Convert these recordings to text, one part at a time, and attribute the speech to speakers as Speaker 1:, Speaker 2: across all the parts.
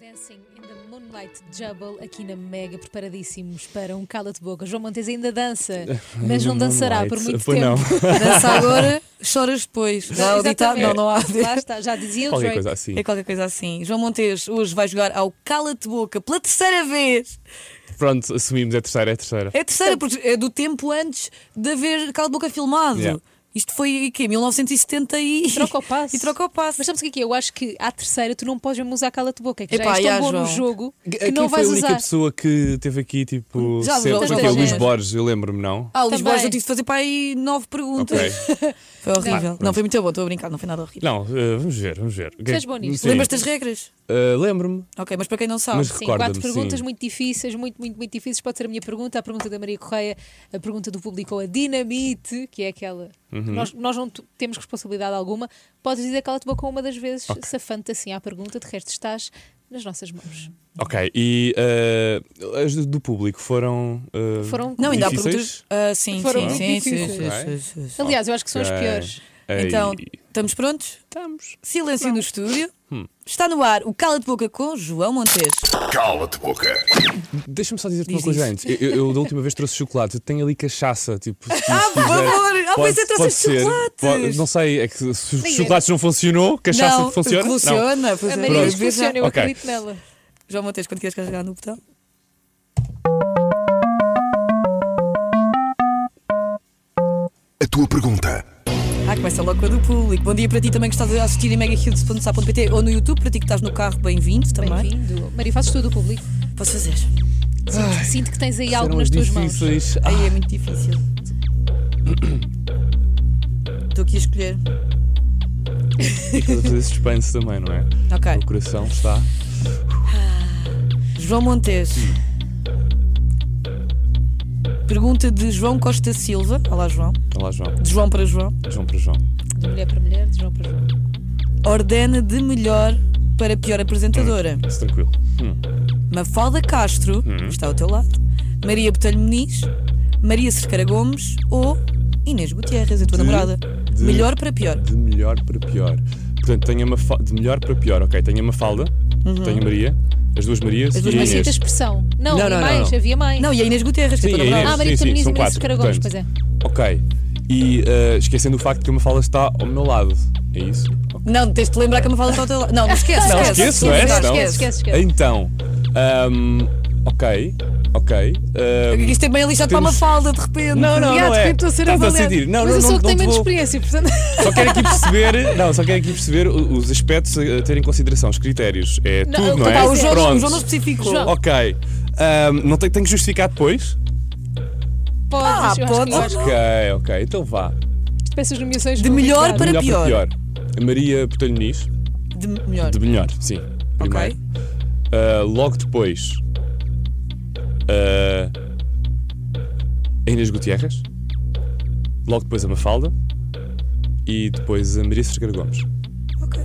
Speaker 1: Dancing in the Moonlight Jubble aqui na Mega, preparadíssimos para um cala-te boca. João Montes ainda dança, mas não
Speaker 2: No
Speaker 1: dançará por
Speaker 2: Moonlight.
Speaker 1: muito
Speaker 2: Pois
Speaker 1: tempo.
Speaker 3: Dança agora, choras depois. Não, há o ditado, não, não há.
Speaker 1: Lá está, já dizia o
Speaker 2: Qualquer
Speaker 1: Drake.
Speaker 2: coisa assim.
Speaker 3: É qualquer coisa assim. João Montes hoje vai jogar ao Cala-te Boca pela terceira vez.
Speaker 2: Pronto, assumimos, é terceira, é terceira.
Speaker 3: É a terceira, porque é do tempo antes de haver Cala-te Boca filmado.
Speaker 2: Yeah.
Speaker 3: Isto foi em quê? 1970 e.
Speaker 1: Troca o passo.
Speaker 3: E troca o passo.
Speaker 1: Mas sabes o que é que é? Eu acho que à terceira tu não podes mesmo usar cala-te boca, é que
Speaker 3: Epá,
Speaker 1: já és tão
Speaker 3: já,
Speaker 1: bom no
Speaker 3: João.
Speaker 1: jogo
Speaker 3: É
Speaker 1: que
Speaker 2: Quem
Speaker 1: não
Speaker 2: foi
Speaker 1: vais
Speaker 2: a única
Speaker 1: usar.
Speaker 2: pessoa que teve aqui, tipo,
Speaker 3: Já
Speaker 2: sempre?
Speaker 3: voltou
Speaker 2: Foi o
Speaker 1: a
Speaker 2: Luís
Speaker 1: ver.
Speaker 2: Borges, eu lembro-me, não?
Speaker 3: Ah, o Luís
Speaker 1: Também.
Speaker 3: Borges, eu tive de fazer para aí nove perguntas.
Speaker 2: Ok.
Speaker 3: Foi horrível.
Speaker 2: pronto.
Speaker 3: não, foi muito bom, estou a brincar, não foi nada horrível.
Speaker 2: Não, eh, vamos ver, vamos ver.
Speaker 1: Tu és bom nisto.
Speaker 2: Sim.
Speaker 3: Lembras-te das regras?
Speaker 2: Eh, Lembro-me.
Speaker 3: Ok, mas para quem não sabe.
Speaker 2: Mas-
Speaker 1: Sim,
Speaker 2: Recorda-me,
Speaker 1: quatro perguntas
Speaker 2: sim.
Speaker 1: muito difíceis, muito, muito, muito difíceis. Pode ser a minha pergunta, a pergunta da Maria Correia, a pergunta do público ou a dinamite, que é aquela.
Speaker 2: Uhum.
Speaker 1: que Nós, nós não t- temos responsabilidade alguma. Podes dizer que ela te boca uma das vezes, safante assim à pergunta, de resto estás nas nossas mãos.
Speaker 2: Ok, e eh, as do- do público foram. eh,
Speaker 1: Foram-
Speaker 3: Não, ainda há
Speaker 2: difíceis?
Speaker 3: perguntas. Ah, sim,
Speaker 1: Foram
Speaker 3: sim,
Speaker 1: muito
Speaker 3: sim, sim,
Speaker 1: difíceis.
Speaker 3: sim, sim, sim, sim.
Speaker 1: Aliás, eu acho que são as
Speaker 2: Ok.
Speaker 1: piores.
Speaker 2: Ei,
Speaker 3: Então, estamos prontos? Estamos. Silêncio no estúdio. Está no ar o Cala de Boca com João Montes.
Speaker 4: Cala-te boca.
Speaker 2: Deixa-me só dizer-te uma
Speaker 3: Diz
Speaker 2: coisa
Speaker 3: isso.
Speaker 2: antes. Eu, eu- eu da última vez trouxe chocolate, eu tenho ali cachaça. Tipo, se
Speaker 3: Ah, por
Speaker 2: quiser,
Speaker 3: favor! Ah,
Speaker 2: pode-
Speaker 3: você trouxe
Speaker 2: pode
Speaker 3: os
Speaker 2: ser.
Speaker 3: chocolates!
Speaker 2: Pode- não sei, é que se os
Speaker 1: Ninguém-
Speaker 2: chocolates não funcionou, cachaça
Speaker 3: não,
Speaker 2: funciona. Não.
Speaker 3: Funciona, pois
Speaker 1: A
Speaker 3: é.
Speaker 1: Maria diz
Speaker 2: Pronto.
Speaker 1: que funciona, eu
Speaker 2: Ok.
Speaker 1: acredito nela.
Speaker 3: João Montes, quando queres carregar no botão?
Speaker 4: A tua pergunta.
Speaker 3: Ah, começa logo com a do público. Bom dia para ti também que estás a assistir em megahills.sa.pt ou no YouTube, para ti que estás no carro, bem-vindo também.
Speaker 1: Bem-vindo. Maria, fazes tudo o público.
Speaker 3: Posso fazer?
Speaker 1: Sinto, sinto que tens aí
Speaker 2: Serão
Speaker 1: algo nas tuas mãos.
Speaker 2: difíceis. Ah,
Speaker 3: Aí é muito difícil. Estou aqui a escolher.
Speaker 2: e para fazer suspense também, não é?
Speaker 3: Ok.
Speaker 2: O coração está.
Speaker 3: João Montes. Pergunta de João Costa Silva. Olá, João.
Speaker 2: Olá, Então João.
Speaker 3: De João para João.
Speaker 2: João para João.
Speaker 1: De mulher para mulher, de João para João.
Speaker 3: Ordena de melhor para pior apresentadora.
Speaker 2: Isso tranquilo. Hum.
Speaker 3: Mafalda Castro, que está ao teu lado. Maria Botelho Muniz. Maria Cerqueira Gomes ou Inês Gutierrez, a tua
Speaker 2: De-
Speaker 3: namorada.
Speaker 2: de-
Speaker 3: Melhor para pior.
Speaker 2: De melhor para pior. Portanto, tenho uma de melhor para pior, ok? Tenho a Mafalda, tenho a Maria, as duas Marias
Speaker 3: As duas
Speaker 2: e a
Speaker 1: Mas sinto
Speaker 2: Inês.
Speaker 1: a expressão. Não,
Speaker 2: Não,
Speaker 1: e
Speaker 2: não, não,
Speaker 1: mais,
Speaker 2: não.
Speaker 1: havia mais.
Speaker 3: Não, e a Inês Gutierrez, que é a
Speaker 2: Sim,
Speaker 3: tua
Speaker 2: a Inês.
Speaker 3: namorada.
Speaker 1: Ah, Maria
Speaker 2: sim,
Speaker 1: Muniz
Speaker 2: são
Speaker 1: e Maria
Speaker 2: quatro,
Speaker 1: Sequeira Gomes, pois é.
Speaker 2: portanto. Ok. E eh, esquecendo o facto que a Mafalda está ao meu lado. É isso? Ok.
Speaker 3: Ah, Não, tens de te lembrar que a Mafalda está ao teu lado. Não, esquece,
Speaker 2: Não,
Speaker 3: esquece.
Speaker 2: esqueço, não é?
Speaker 1: esquece,
Speaker 2: Não.
Speaker 1: esquece, esquece, esquece.
Speaker 2: Então, ahm, ok, ok. Ehm, ahm,
Speaker 3: Isto é bem lixado para a
Speaker 2: Temos-
Speaker 3: Mafalda, de repente.
Speaker 2: Não, não,
Speaker 1: E há
Speaker 2: não
Speaker 1: de
Speaker 2: é.
Speaker 1: repente estou a ser
Speaker 2: Estás a
Speaker 1: avaliada.
Speaker 2: sentir. Não,
Speaker 1: Mas
Speaker 2: não,
Speaker 1: eu sou
Speaker 2: não,
Speaker 1: que
Speaker 2: não
Speaker 1: tenho
Speaker 2: te
Speaker 1: menos
Speaker 2: vou-
Speaker 1: experiência, portanto.
Speaker 2: Só quero aqui perceber, não, só quero aqui perceber o- os aspectos a ter em consideração, os critérios. É
Speaker 1: Não,
Speaker 2: tudo, não
Speaker 1: opa,
Speaker 2: é?
Speaker 3: o João-
Speaker 2: Pronto.
Speaker 3: o João não especificou. João.
Speaker 2: Ok. Ahm, não tem, tem que justificar depois?
Speaker 3: Ah,
Speaker 1: Podes, eu acho que
Speaker 3: podes.
Speaker 1: eu acho
Speaker 2: Ok, ok, então vá.
Speaker 1: que peças nomeações.
Speaker 3: De
Speaker 1: não,
Speaker 3: melhor
Speaker 1: obrigada.
Speaker 3: Para
Speaker 2: melhor
Speaker 3: pior.
Speaker 2: para pior. A Maria Botelho Muniz,
Speaker 3: De melhor.
Speaker 2: de melhor, sim. Primeiro.
Speaker 3: Ok.
Speaker 2: Ah, logo depois. ah, a Inês Gutierrez. Logo depois a Mafalda. E depois a Maria Cerqueira Gomes.
Speaker 3: Ok.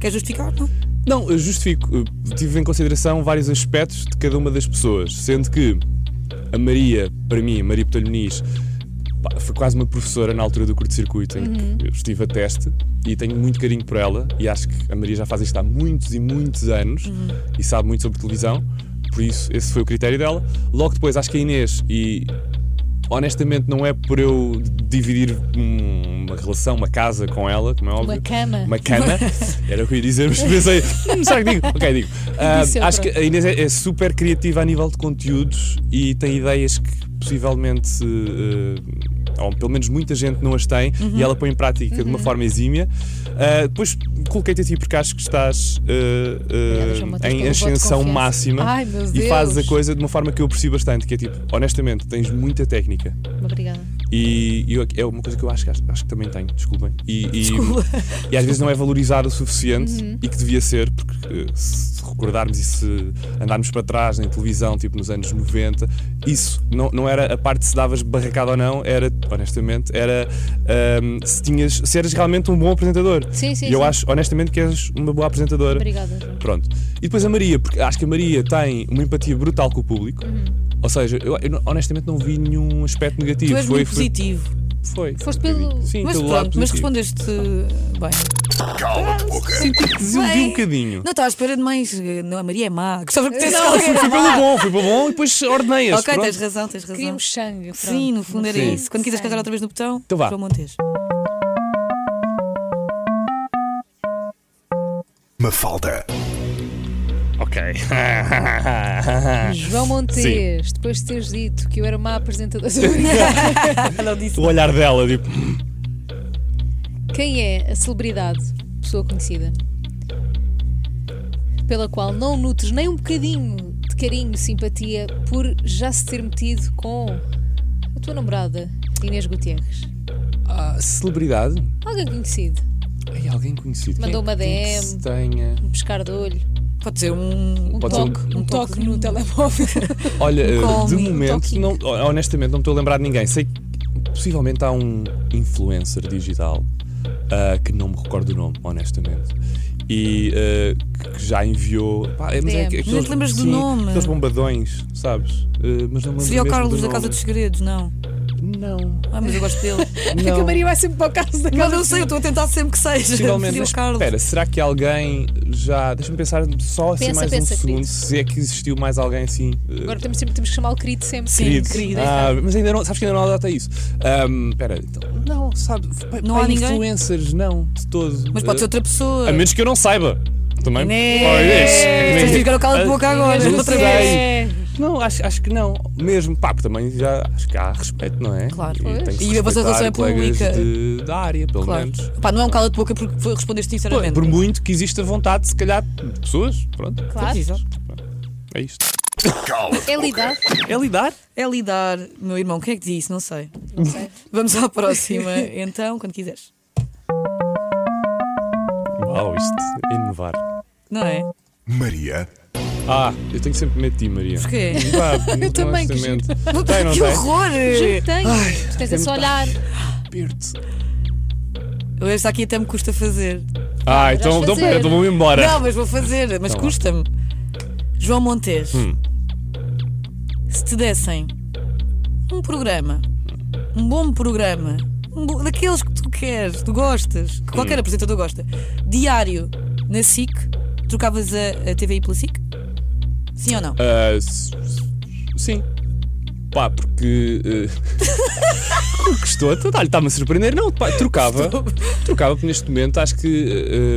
Speaker 3: Quer justificar? Não.
Speaker 2: Não, eu justifico. Eu Tive em consideração vários aspectos de cada uma das pessoas, sendo que a Maria, para mim, a Maria Botelho Muniz, pá, foi quase uma professora na altura do curto-circuito em que eu estive a teste e tenho muito carinho por ela e acho que a Maria já faz isto há muitos e muitos anos e sabe muito sobre televisão, por isso esse foi o critério dela. Logo depois, acho que a Inês e honestamente não é por eu dividir um- uma relação, uma casa com ela, como é óbvio.
Speaker 1: cama.
Speaker 2: Uma cama. Era o que eu ia dizer, mas pensei, "Hum, será que digo? Ok, digo. Ah,
Speaker 1: Disse outra.
Speaker 2: acho que a Inês é, é super criativa a nível de conteúdos e tem ideias que possivelmente, eh, ou pelo menos muita gente não as tem, e ela põe em prática
Speaker 1: Uhum.
Speaker 2: de uma forma exímia. Ah, depois coloquei-te a ti porque acho que estás eh, eh,
Speaker 1: Obrigada, João Mateus,
Speaker 2: em
Speaker 1: pelo voto de
Speaker 2: ascensão
Speaker 1: confiança.
Speaker 2: máxima
Speaker 1: Ai, meu
Speaker 2: e fazes a
Speaker 1: Deus.
Speaker 2: coisa de uma forma que eu aprecio bastante, que é tipo, honestamente, tens muita técnica.
Speaker 1: Obrigada.
Speaker 2: E eu- é uma coisa que eu acho que acho, acho que também tenho, desculpem. E, e, e às vezes não é valorizado o suficiente
Speaker 1: Uhum.
Speaker 2: e que devia ser, porque eh, se recordarmos e se andarmos para trás na televisão, tipo nos anos 90, isso não, não era a parte de se davas barracada ou não, era, honestamente, era ahm, se, tinhas, se eras realmente um bom apresentador.
Speaker 1: Sim, sim,
Speaker 2: E eu
Speaker 1: sim.
Speaker 2: acho, honestamente, que és uma boa apresentadora.
Speaker 1: Obrigada, João.
Speaker 2: Pronto. E depois a Maria, porque acho que a Maria tem uma empatia brutal
Speaker 1: Uhum.
Speaker 2: com o público. Ou seja, eu, eu honestamente não vi nenhum aspecto negativo.
Speaker 3: Tu és
Speaker 2: foi,
Speaker 3: muito
Speaker 2: foi,
Speaker 3: positivo.
Speaker 2: Foi.
Speaker 1: Foste
Speaker 2: Um bocadinho.
Speaker 1: pelo-
Speaker 2: Sim,
Speaker 3: Mas
Speaker 2: pelo lado
Speaker 3: pronto, mas
Speaker 2: positivo.
Speaker 3: respondeste eh, bem.
Speaker 4: Cala-te boca.
Speaker 2: Senti que desiludi um
Speaker 3: Bem.
Speaker 2: bocadinho.
Speaker 3: Não, estava à espera de mais. eh, Não, a Maria é má. Gostava que tivesse
Speaker 1: Não, é
Speaker 3: alguém.
Speaker 2: Fui pelo Tipo, é bom, fui pelo bom e depois ordenei-as.
Speaker 3: Ok,
Speaker 2: pronto.
Speaker 3: tens razão, tens razão.
Speaker 1: Queríamos sangue.
Speaker 3: Sim, no fundo era
Speaker 2: Sim.
Speaker 3: isso. Quando quiseres carregar outra vez no botão,
Speaker 2: Então vá.
Speaker 3: João Montes.
Speaker 4: Mafalda.
Speaker 2: Ok.
Speaker 1: João Montes, depois de teres dito que eu era má apresentadora,
Speaker 3: Não disse.
Speaker 2: o olhar dela, tipo.
Speaker 1: quem é a celebridade, pessoa conhecida, pela qual não nutres nem um bocadinho de carinho, simpatia, por já se ter metido com a tua namorada, Inês Gutierrez?
Speaker 2: Ah, celebridade?
Speaker 1: Alguém conhecido,
Speaker 2: Ai, alguém conhecido.
Speaker 1: Mandou
Speaker 2: Quem-
Speaker 1: uma
Speaker 2: quem é que
Speaker 1: DM.
Speaker 2: se tenha.
Speaker 1: um pescar de olho,
Speaker 3: Pode ser um.
Speaker 1: um
Speaker 2: Pode ser um-
Speaker 1: toque,
Speaker 2: um
Speaker 1: um, toque no telemóvel.
Speaker 2: Olha, eh,
Speaker 3: call,
Speaker 2: de
Speaker 3: um
Speaker 2: momento,
Speaker 3: toquinho.
Speaker 2: não, honestamente, não me estou a lembrar de ninguém. Sei que possivelmente há um influencer digital ah, que não me recordo o nome, honestamente. E ah, que já enviou. Pá, é, mas
Speaker 1: DMs.
Speaker 2: é, que-
Speaker 1: Não te
Speaker 2: aqueles-
Speaker 3: lembras do
Speaker 2: sim,
Speaker 3: nome?
Speaker 2: Aqueles bombadões, sabes? Ah, mas não me lembro
Speaker 3: Seria o
Speaker 2: mesmo
Speaker 3: Carlos
Speaker 2: do
Speaker 3: da Casa
Speaker 2: nome.
Speaker 3: dos Segredos, não.
Speaker 2: Não.
Speaker 3: Ah, mas eu gosto dele.
Speaker 1: Que a
Speaker 2: não.
Speaker 1: Maria vai sempre para o caso da
Speaker 3: Mas
Speaker 1: casa.
Speaker 3: eu sei, eu estou a tentar sempre que seja.
Speaker 2: Possivelmente.
Speaker 3: Seria
Speaker 2: Mas
Speaker 3: o Carlos.
Speaker 2: Espera, será que alguém já. Deixa-me pensar só assim
Speaker 1: Pensa,
Speaker 2: mais
Speaker 1: pensa,
Speaker 2: um segundo.
Speaker 1: querido.
Speaker 2: Se é que existiu mais alguém assim. eh,
Speaker 1: Agora temos, sempre, temos que chamar o querido sempre.
Speaker 3: Sim,
Speaker 2: querido.
Speaker 3: querido. então.
Speaker 2: Ah, mas ainda não. Sabes que ainda não há data isso. Ahm, Espera, então. Não, sabe. pa-
Speaker 3: Não
Speaker 2: pa-
Speaker 3: há ninguém?
Speaker 2: influencers, não, de todo.
Speaker 3: Mas pode ser Né?
Speaker 2: Eh,
Speaker 3: outra pessoa.
Speaker 2: A é menos que eu não saiba. Também.
Speaker 3: Inês!
Speaker 2: Pois.
Speaker 3: Tens de jogar o calo de boca Né?
Speaker 2: Ah,
Speaker 3: agora.
Speaker 2: não
Speaker 3: Outra
Speaker 2: sei. Não, acho, acho que não. Mesmo, pá, porque também já acho que há respeito, não é?
Speaker 3: Claro.
Speaker 2: E, tem que
Speaker 3: E a
Speaker 2: respeitar
Speaker 3: vossa relação é
Speaker 2: colegas
Speaker 3: pública.
Speaker 2: de- da área, pelo
Speaker 3: Claro.
Speaker 2: menos.
Speaker 3: Pá, não é um calo de boca porque foi- respondeste
Speaker 2: Pô,
Speaker 3: sinceramente.
Speaker 2: Por muito que exista vontade, se calhar, de pessoas, pronto,
Speaker 1: Claro.
Speaker 3: Exato.
Speaker 2: é isto.
Speaker 4: Cala-te
Speaker 1: É
Speaker 4: boca.
Speaker 1: lidar.
Speaker 2: É lidar.
Speaker 3: É lidar. Meu irmão, quem é que disse? Não sei.
Speaker 1: Não sei.
Speaker 3: Vamos à próxima, então, quando quiseres.
Speaker 2: Uau, isto, é inovar.
Speaker 3: Não é?
Speaker 4: Maria.
Speaker 2: Ah, eu tenho sempre medo de ti, Maria.
Speaker 3: Porquê?
Speaker 2: Pá, não,
Speaker 1: também, que
Speaker 2: honestamente. Tem, não
Speaker 3: que
Speaker 2: tem?
Speaker 3: horror!
Speaker 1: Juro que tenho. Tu tens
Speaker 2: tem-
Speaker 1: esse é olhar.
Speaker 2: Aperto.
Speaker 3: Esta aqui até me custa fazer.
Speaker 2: Ah, então, então
Speaker 1: fazer.
Speaker 2: pera, então vamos embora.
Speaker 3: Não, mas vou fazer, mas
Speaker 2: Tá bom.
Speaker 3: custa-me. João Montes, se te dessem um programa, um bom programa, um bo- daqueles que tu queres, tu gostas, que qualquer apresentador gosta, diário na SIC, trocavas a, a TVI pela SIC? Sim ou não?
Speaker 2: Ah, s- s- sim. Pá, porque. eh, porque Estou, está-me a surpreender. Não, pá, trocava. Trocava, porque neste momento acho que,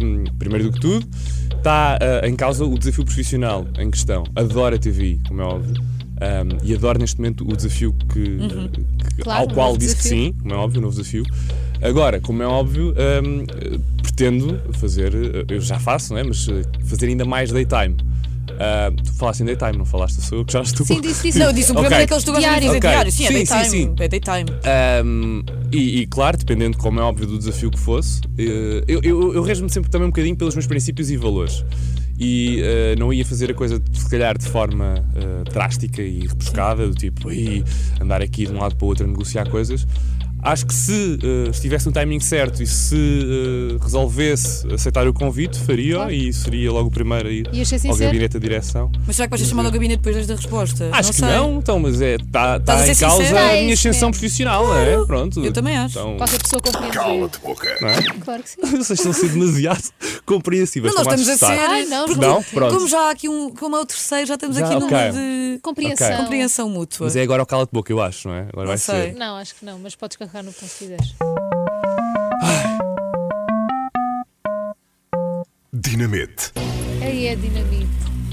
Speaker 2: eh, hum, primeiro do que tudo, está eh, em causa o desafio profissional em questão. Adoro a TV, como é óbvio. Ahm, e adoro neste momento o desafio que, ah, que-
Speaker 1: Claro,
Speaker 2: ao
Speaker 1: um
Speaker 2: qual
Speaker 1: novo
Speaker 2: disse que
Speaker 1: desafio.
Speaker 2: sim, como é óbvio, um novo desafio. Agora, como é óbvio, hum, eh, pretendo fazer, eh, eu já faço, não é? Mas eh, fazer ainda mais daytime. Ah, tu falaste em daytime, não falaste? Sou eu que já estou.
Speaker 1: Sim, disse, disse.
Speaker 3: Não, eu disse um programa
Speaker 2: Ok.
Speaker 3: daqueles que tu gostas
Speaker 1: Diário.
Speaker 3: de fazer
Speaker 2: Ok.
Speaker 3: diário. Sim, é
Speaker 2: Sim, sim,
Speaker 3: daytime.
Speaker 2: sim.
Speaker 3: É daytime.
Speaker 2: Um, e, e, claro, dependendo, como é óbvio, do desafio que fosse, eh, eu, eu, eu rejo-me sempre também um bocadinho pelos meus princípios e valores. E eh, não ia fazer a coisa, se calhar, de forma eh, drástica e repescada, do tipo, "Ih, andar aqui de um lado para o outro a negociar coisas. Acho que se eh, estivesse no timing certo e se eh, resolvesse aceitar o convite, faria
Speaker 1: Claro.
Speaker 2: e seria logo o primeiro a ir
Speaker 1: Ia ser
Speaker 2: ao
Speaker 1: sincero.
Speaker 2: gabinete da direção.
Speaker 3: Mas será que vais ser chamado ao gabinete depois das da resposta?
Speaker 2: Acho
Speaker 3: não
Speaker 2: que
Speaker 3: sei.
Speaker 2: não, então, mas é, está
Speaker 3: a
Speaker 2: tá
Speaker 3: ser
Speaker 2: em causa
Speaker 3: sincera?
Speaker 2: a
Speaker 1: É
Speaker 2: minha
Speaker 1: isso
Speaker 2: ascensão
Speaker 1: mesmo.
Speaker 2: profissional, não é? Pronto.
Speaker 3: Eu também acho.
Speaker 2: Então,
Speaker 1: Qualquer pessoa compreende.
Speaker 4: Cala-te boca.
Speaker 2: não é?
Speaker 1: Claro que sim.
Speaker 2: Vocês estão a ser demasiado compreensíveis.
Speaker 3: Não, nós
Speaker 2: estão-me
Speaker 3: estamos a
Speaker 2: assustar.
Speaker 3: ser.
Speaker 1: Ai, Ah, não,
Speaker 3: porque
Speaker 2: Não? Pronto.
Speaker 3: Como já há aqui um. Como é o terceiro, já estamos
Speaker 2: Já,
Speaker 3: aqui
Speaker 2: ok.
Speaker 3: numa de
Speaker 1: Compreensão.
Speaker 2: Ok.
Speaker 3: compreensão mútua.
Speaker 2: Mas é agora o cala de boca, eu acho, não é? Agora vai
Speaker 3: sei.
Speaker 2: ser.
Speaker 1: Não, acho que não, mas podes carregar no botão se quiseres.
Speaker 4: Dinamite.
Speaker 1: Aí é dinamite.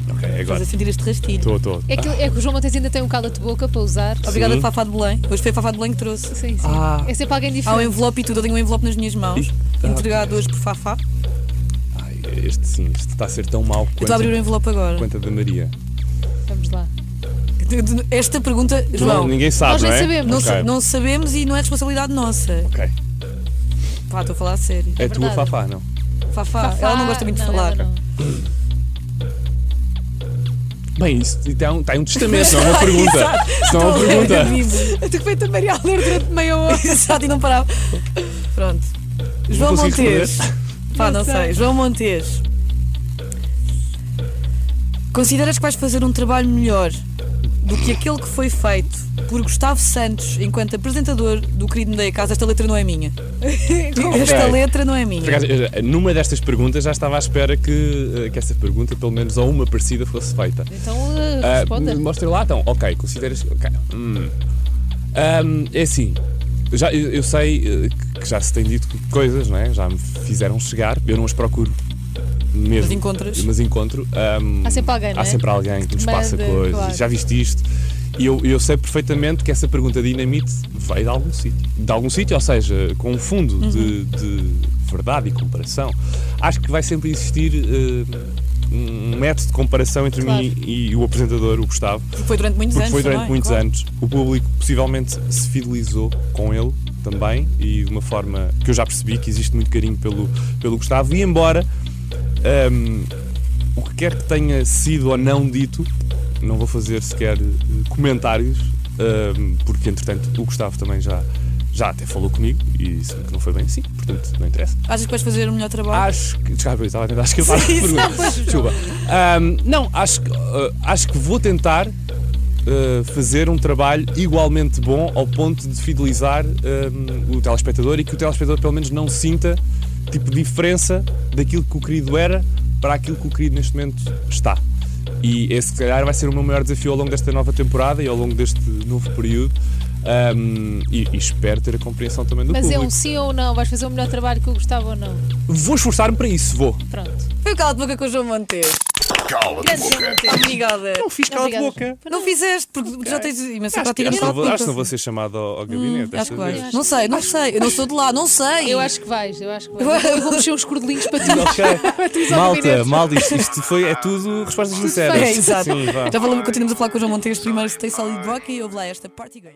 Speaker 2: Ok, é
Speaker 3: Estás
Speaker 2: agora.
Speaker 3: a sentir este rastilho.
Speaker 2: Estou, estou.
Speaker 1: É que, é que o João Montes ainda tem um cala-te-boca para usar.
Speaker 3: Obrigada, Fafá de Belém. Hoje foi a Fafá de Belém que trouxe.
Speaker 1: Sim, sim.
Speaker 2: Ah.
Speaker 1: É sempre alguém
Speaker 3: Há um
Speaker 1: diferente.
Speaker 3: envelope e tudo. Eu tenho um envelope nas minhas mãos.
Speaker 2: Ih, tá.
Speaker 3: Entregado hoje por Fafá. Eu
Speaker 2: Ai, este sim, este está a ser tão mau quanto,
Speaker 3: estou a abrir Então o envelope agora.
Speaker 2: quanto a da Maria.
Speaker 1: Vamos lá.
Speaker 3: Esta pergunta, João,
Speaker 2: ninguém sabe,
Speaker 1: Nós nem
Speaker 2: não é?
Speaker 1: sabemos.
Speaker 3: não,
Speaker 2: Ok.
Speaker 3: sa- não sabemos e não é responsabilidade nossa.
Speaker 2: Ok.
Speaker 3: Pá, estou a falar a sério.
Speaker 2: É, tua
Speaker 1: verdade.
Speaker 2: Fafá, não?
Speaker 3: Fafá,
Speaker 1: Fafá,
Speaker 3: ela não gosta muito de
Speaker 1: não,
Speaker 3: falar.
Speaker 1: Ah, ela não.
Speaker 2: Bem, isso está um, tá um testamento, não é uma pergunta. Isso não é uma
Speaker 3: Eu
Speaker 2: pergunta.
Speaker 3: Então, vivo.
Speaker 1: Eu tenho feito a Maria a ler durante meia hora.
Speaker 3: Exato, e não parava. Pronto. João
Speaker 2: consegui
Speaker 3: Montes. Pá, não sei. João Montes. Consideras que vais fazer um trabalho melhor do que aquele que foi feito por Gustavo Santos enquanto apresentador do Querido Me Dei a Casa, esta letra não é minha. Esta
Speaker 2: Ok.
Speaker 3: letra não é
Speaker 2: Por
Speaker 3: minha.
Speaker 2: acaso, eu- numa destas perguntas já estava à espera que, eh, que essa pergunta, pelo menos ou uma parecida, fosse feita.
Speaker 1: Então eh,
Speaker 2: Ah,
Speaker 1: responda.
Speaker 2: mostra lá então. Ok, consideras. Ok. Hum. Ahm, é assim. Já, eu, eu sei eh, que- que já se tem dito coisas, não é? Já me fizeram chegar, eu não as procuro. Mesmo.
Speaker 3: Mas encontras?
Speaker 2: Mas encontro. ahm,
Speaker 1: Há sempre alguém, não
Speaker 2: Há
Speaker 1: é?
Speaker 2: sempre alguém que nos
Speaker 1: Manda,
Speaker 2: passa coisas.
Speaker 1: claro.
Speaker 2: Já viste isto? E eu, eu sei perfeitamente que essa pergunta dinamite veio de algum sítio. De algum sítio, ou seja, com um fundo de, de verdade e comparação. Acho que vai sempre existir eh, um método de comparação entre
Speaker 1: Claro.
Speaker 2: mim e o apresentador, o Gustavo.
Speaker 3: Porque foi durante muitos
Speaker 2: Porque
Speaker 3: anos.
Speaker 2: foi durante
Speaker 3: também,
Speaker 2: muitos
Speaker 3: claro.
Speaker 2: anos. O público possivelmente se fidelizou com ele também e de uma forma que eu já percebi que existe muito carinho pelo, pelo Gustavo. E embora hum, o que quer que tenha sido ou não dito, não vou fazer sequer eh, comentários, hum, porque entretanto o Gustavo também já, já até falou comigo e disse que não foi bem assim, portanto não interessa.
Speaker 3: Achas que vais fazer o melhor trabalho?
Speaker 2: Acho que. Desculpa, eu estava a tentar escapar da
Speaker 3: Sim,
Speaker 2: pergunta. Desculpa. Ahm, não, acho, que, ah, acho que vou tentar ah, fazer um trabalho igualmente bom ao ponto de fidelizar ahm, o telespectador e que o telespectador pelo menos não sinta tipo diferença daquilo que o querido era para aquilo que o querido neste momento está. E esse se calhar vai ser o meu maior desafio ao longo desta nova temporada e ao longo deste novo período. Ahm, e, e espero ter a compreensão também do
Speaker 1: Mas é
Speaker 2: público.
Speaker 1: um sim ou não? Vais fazer o melhor trabalho que eu gostava ou não?
Speaker 2: Vou esforçar-me para isso, vou.
Speaker 1: Pronto.
Speaker 3: Foi o cala de boca com o João Monteiro.
Speaker 4: Cala-te,
Speaker 1: Grande
Speaker 4: boca.
Speaker 1: João Monteiro.
Speaker 3: Obrigada.
Speaker 2: Não fiz cala de
Speaker 1: Obrigada.
Speaker 2: boca.
Speaker 3: Não fizeste, porque já tens imensa
Speaker 2: Acho que, acho, que
Speaker 3: prática de
Speaker 2: não
Speaker 3: cala de
Speaker 2: vou,
Speaker 3: boca.
Speaker 2: acho que não vou ser chamado ao, ao gabinete.
Speaker 3: Hum, Acho
Speaker 2: desta
Speaker 3: que
Speaker 2: vez.
Speaker 3: vais. Não sei, não sei. Eu não sou de lá, não sei.
Speaker 1: Eu acho que vais, eu acho que vais. Eu vou mexer uns cordelinhos para ti.
Speaker 2: Ok.
Speaker 1: ao
Speaker 2: malta,
Speaker 1: gabinete.
Speaker 2: malta, isto, isto foi, é tudo respostas sinceras.
Speaker 3: É, exato.
Speaker 2: Sim, vá.
Speaker 3: Já falamos, continuamos a falar com o João Monteiro, primeiro se tem sólido de boca e ouve lá esta Party Girl.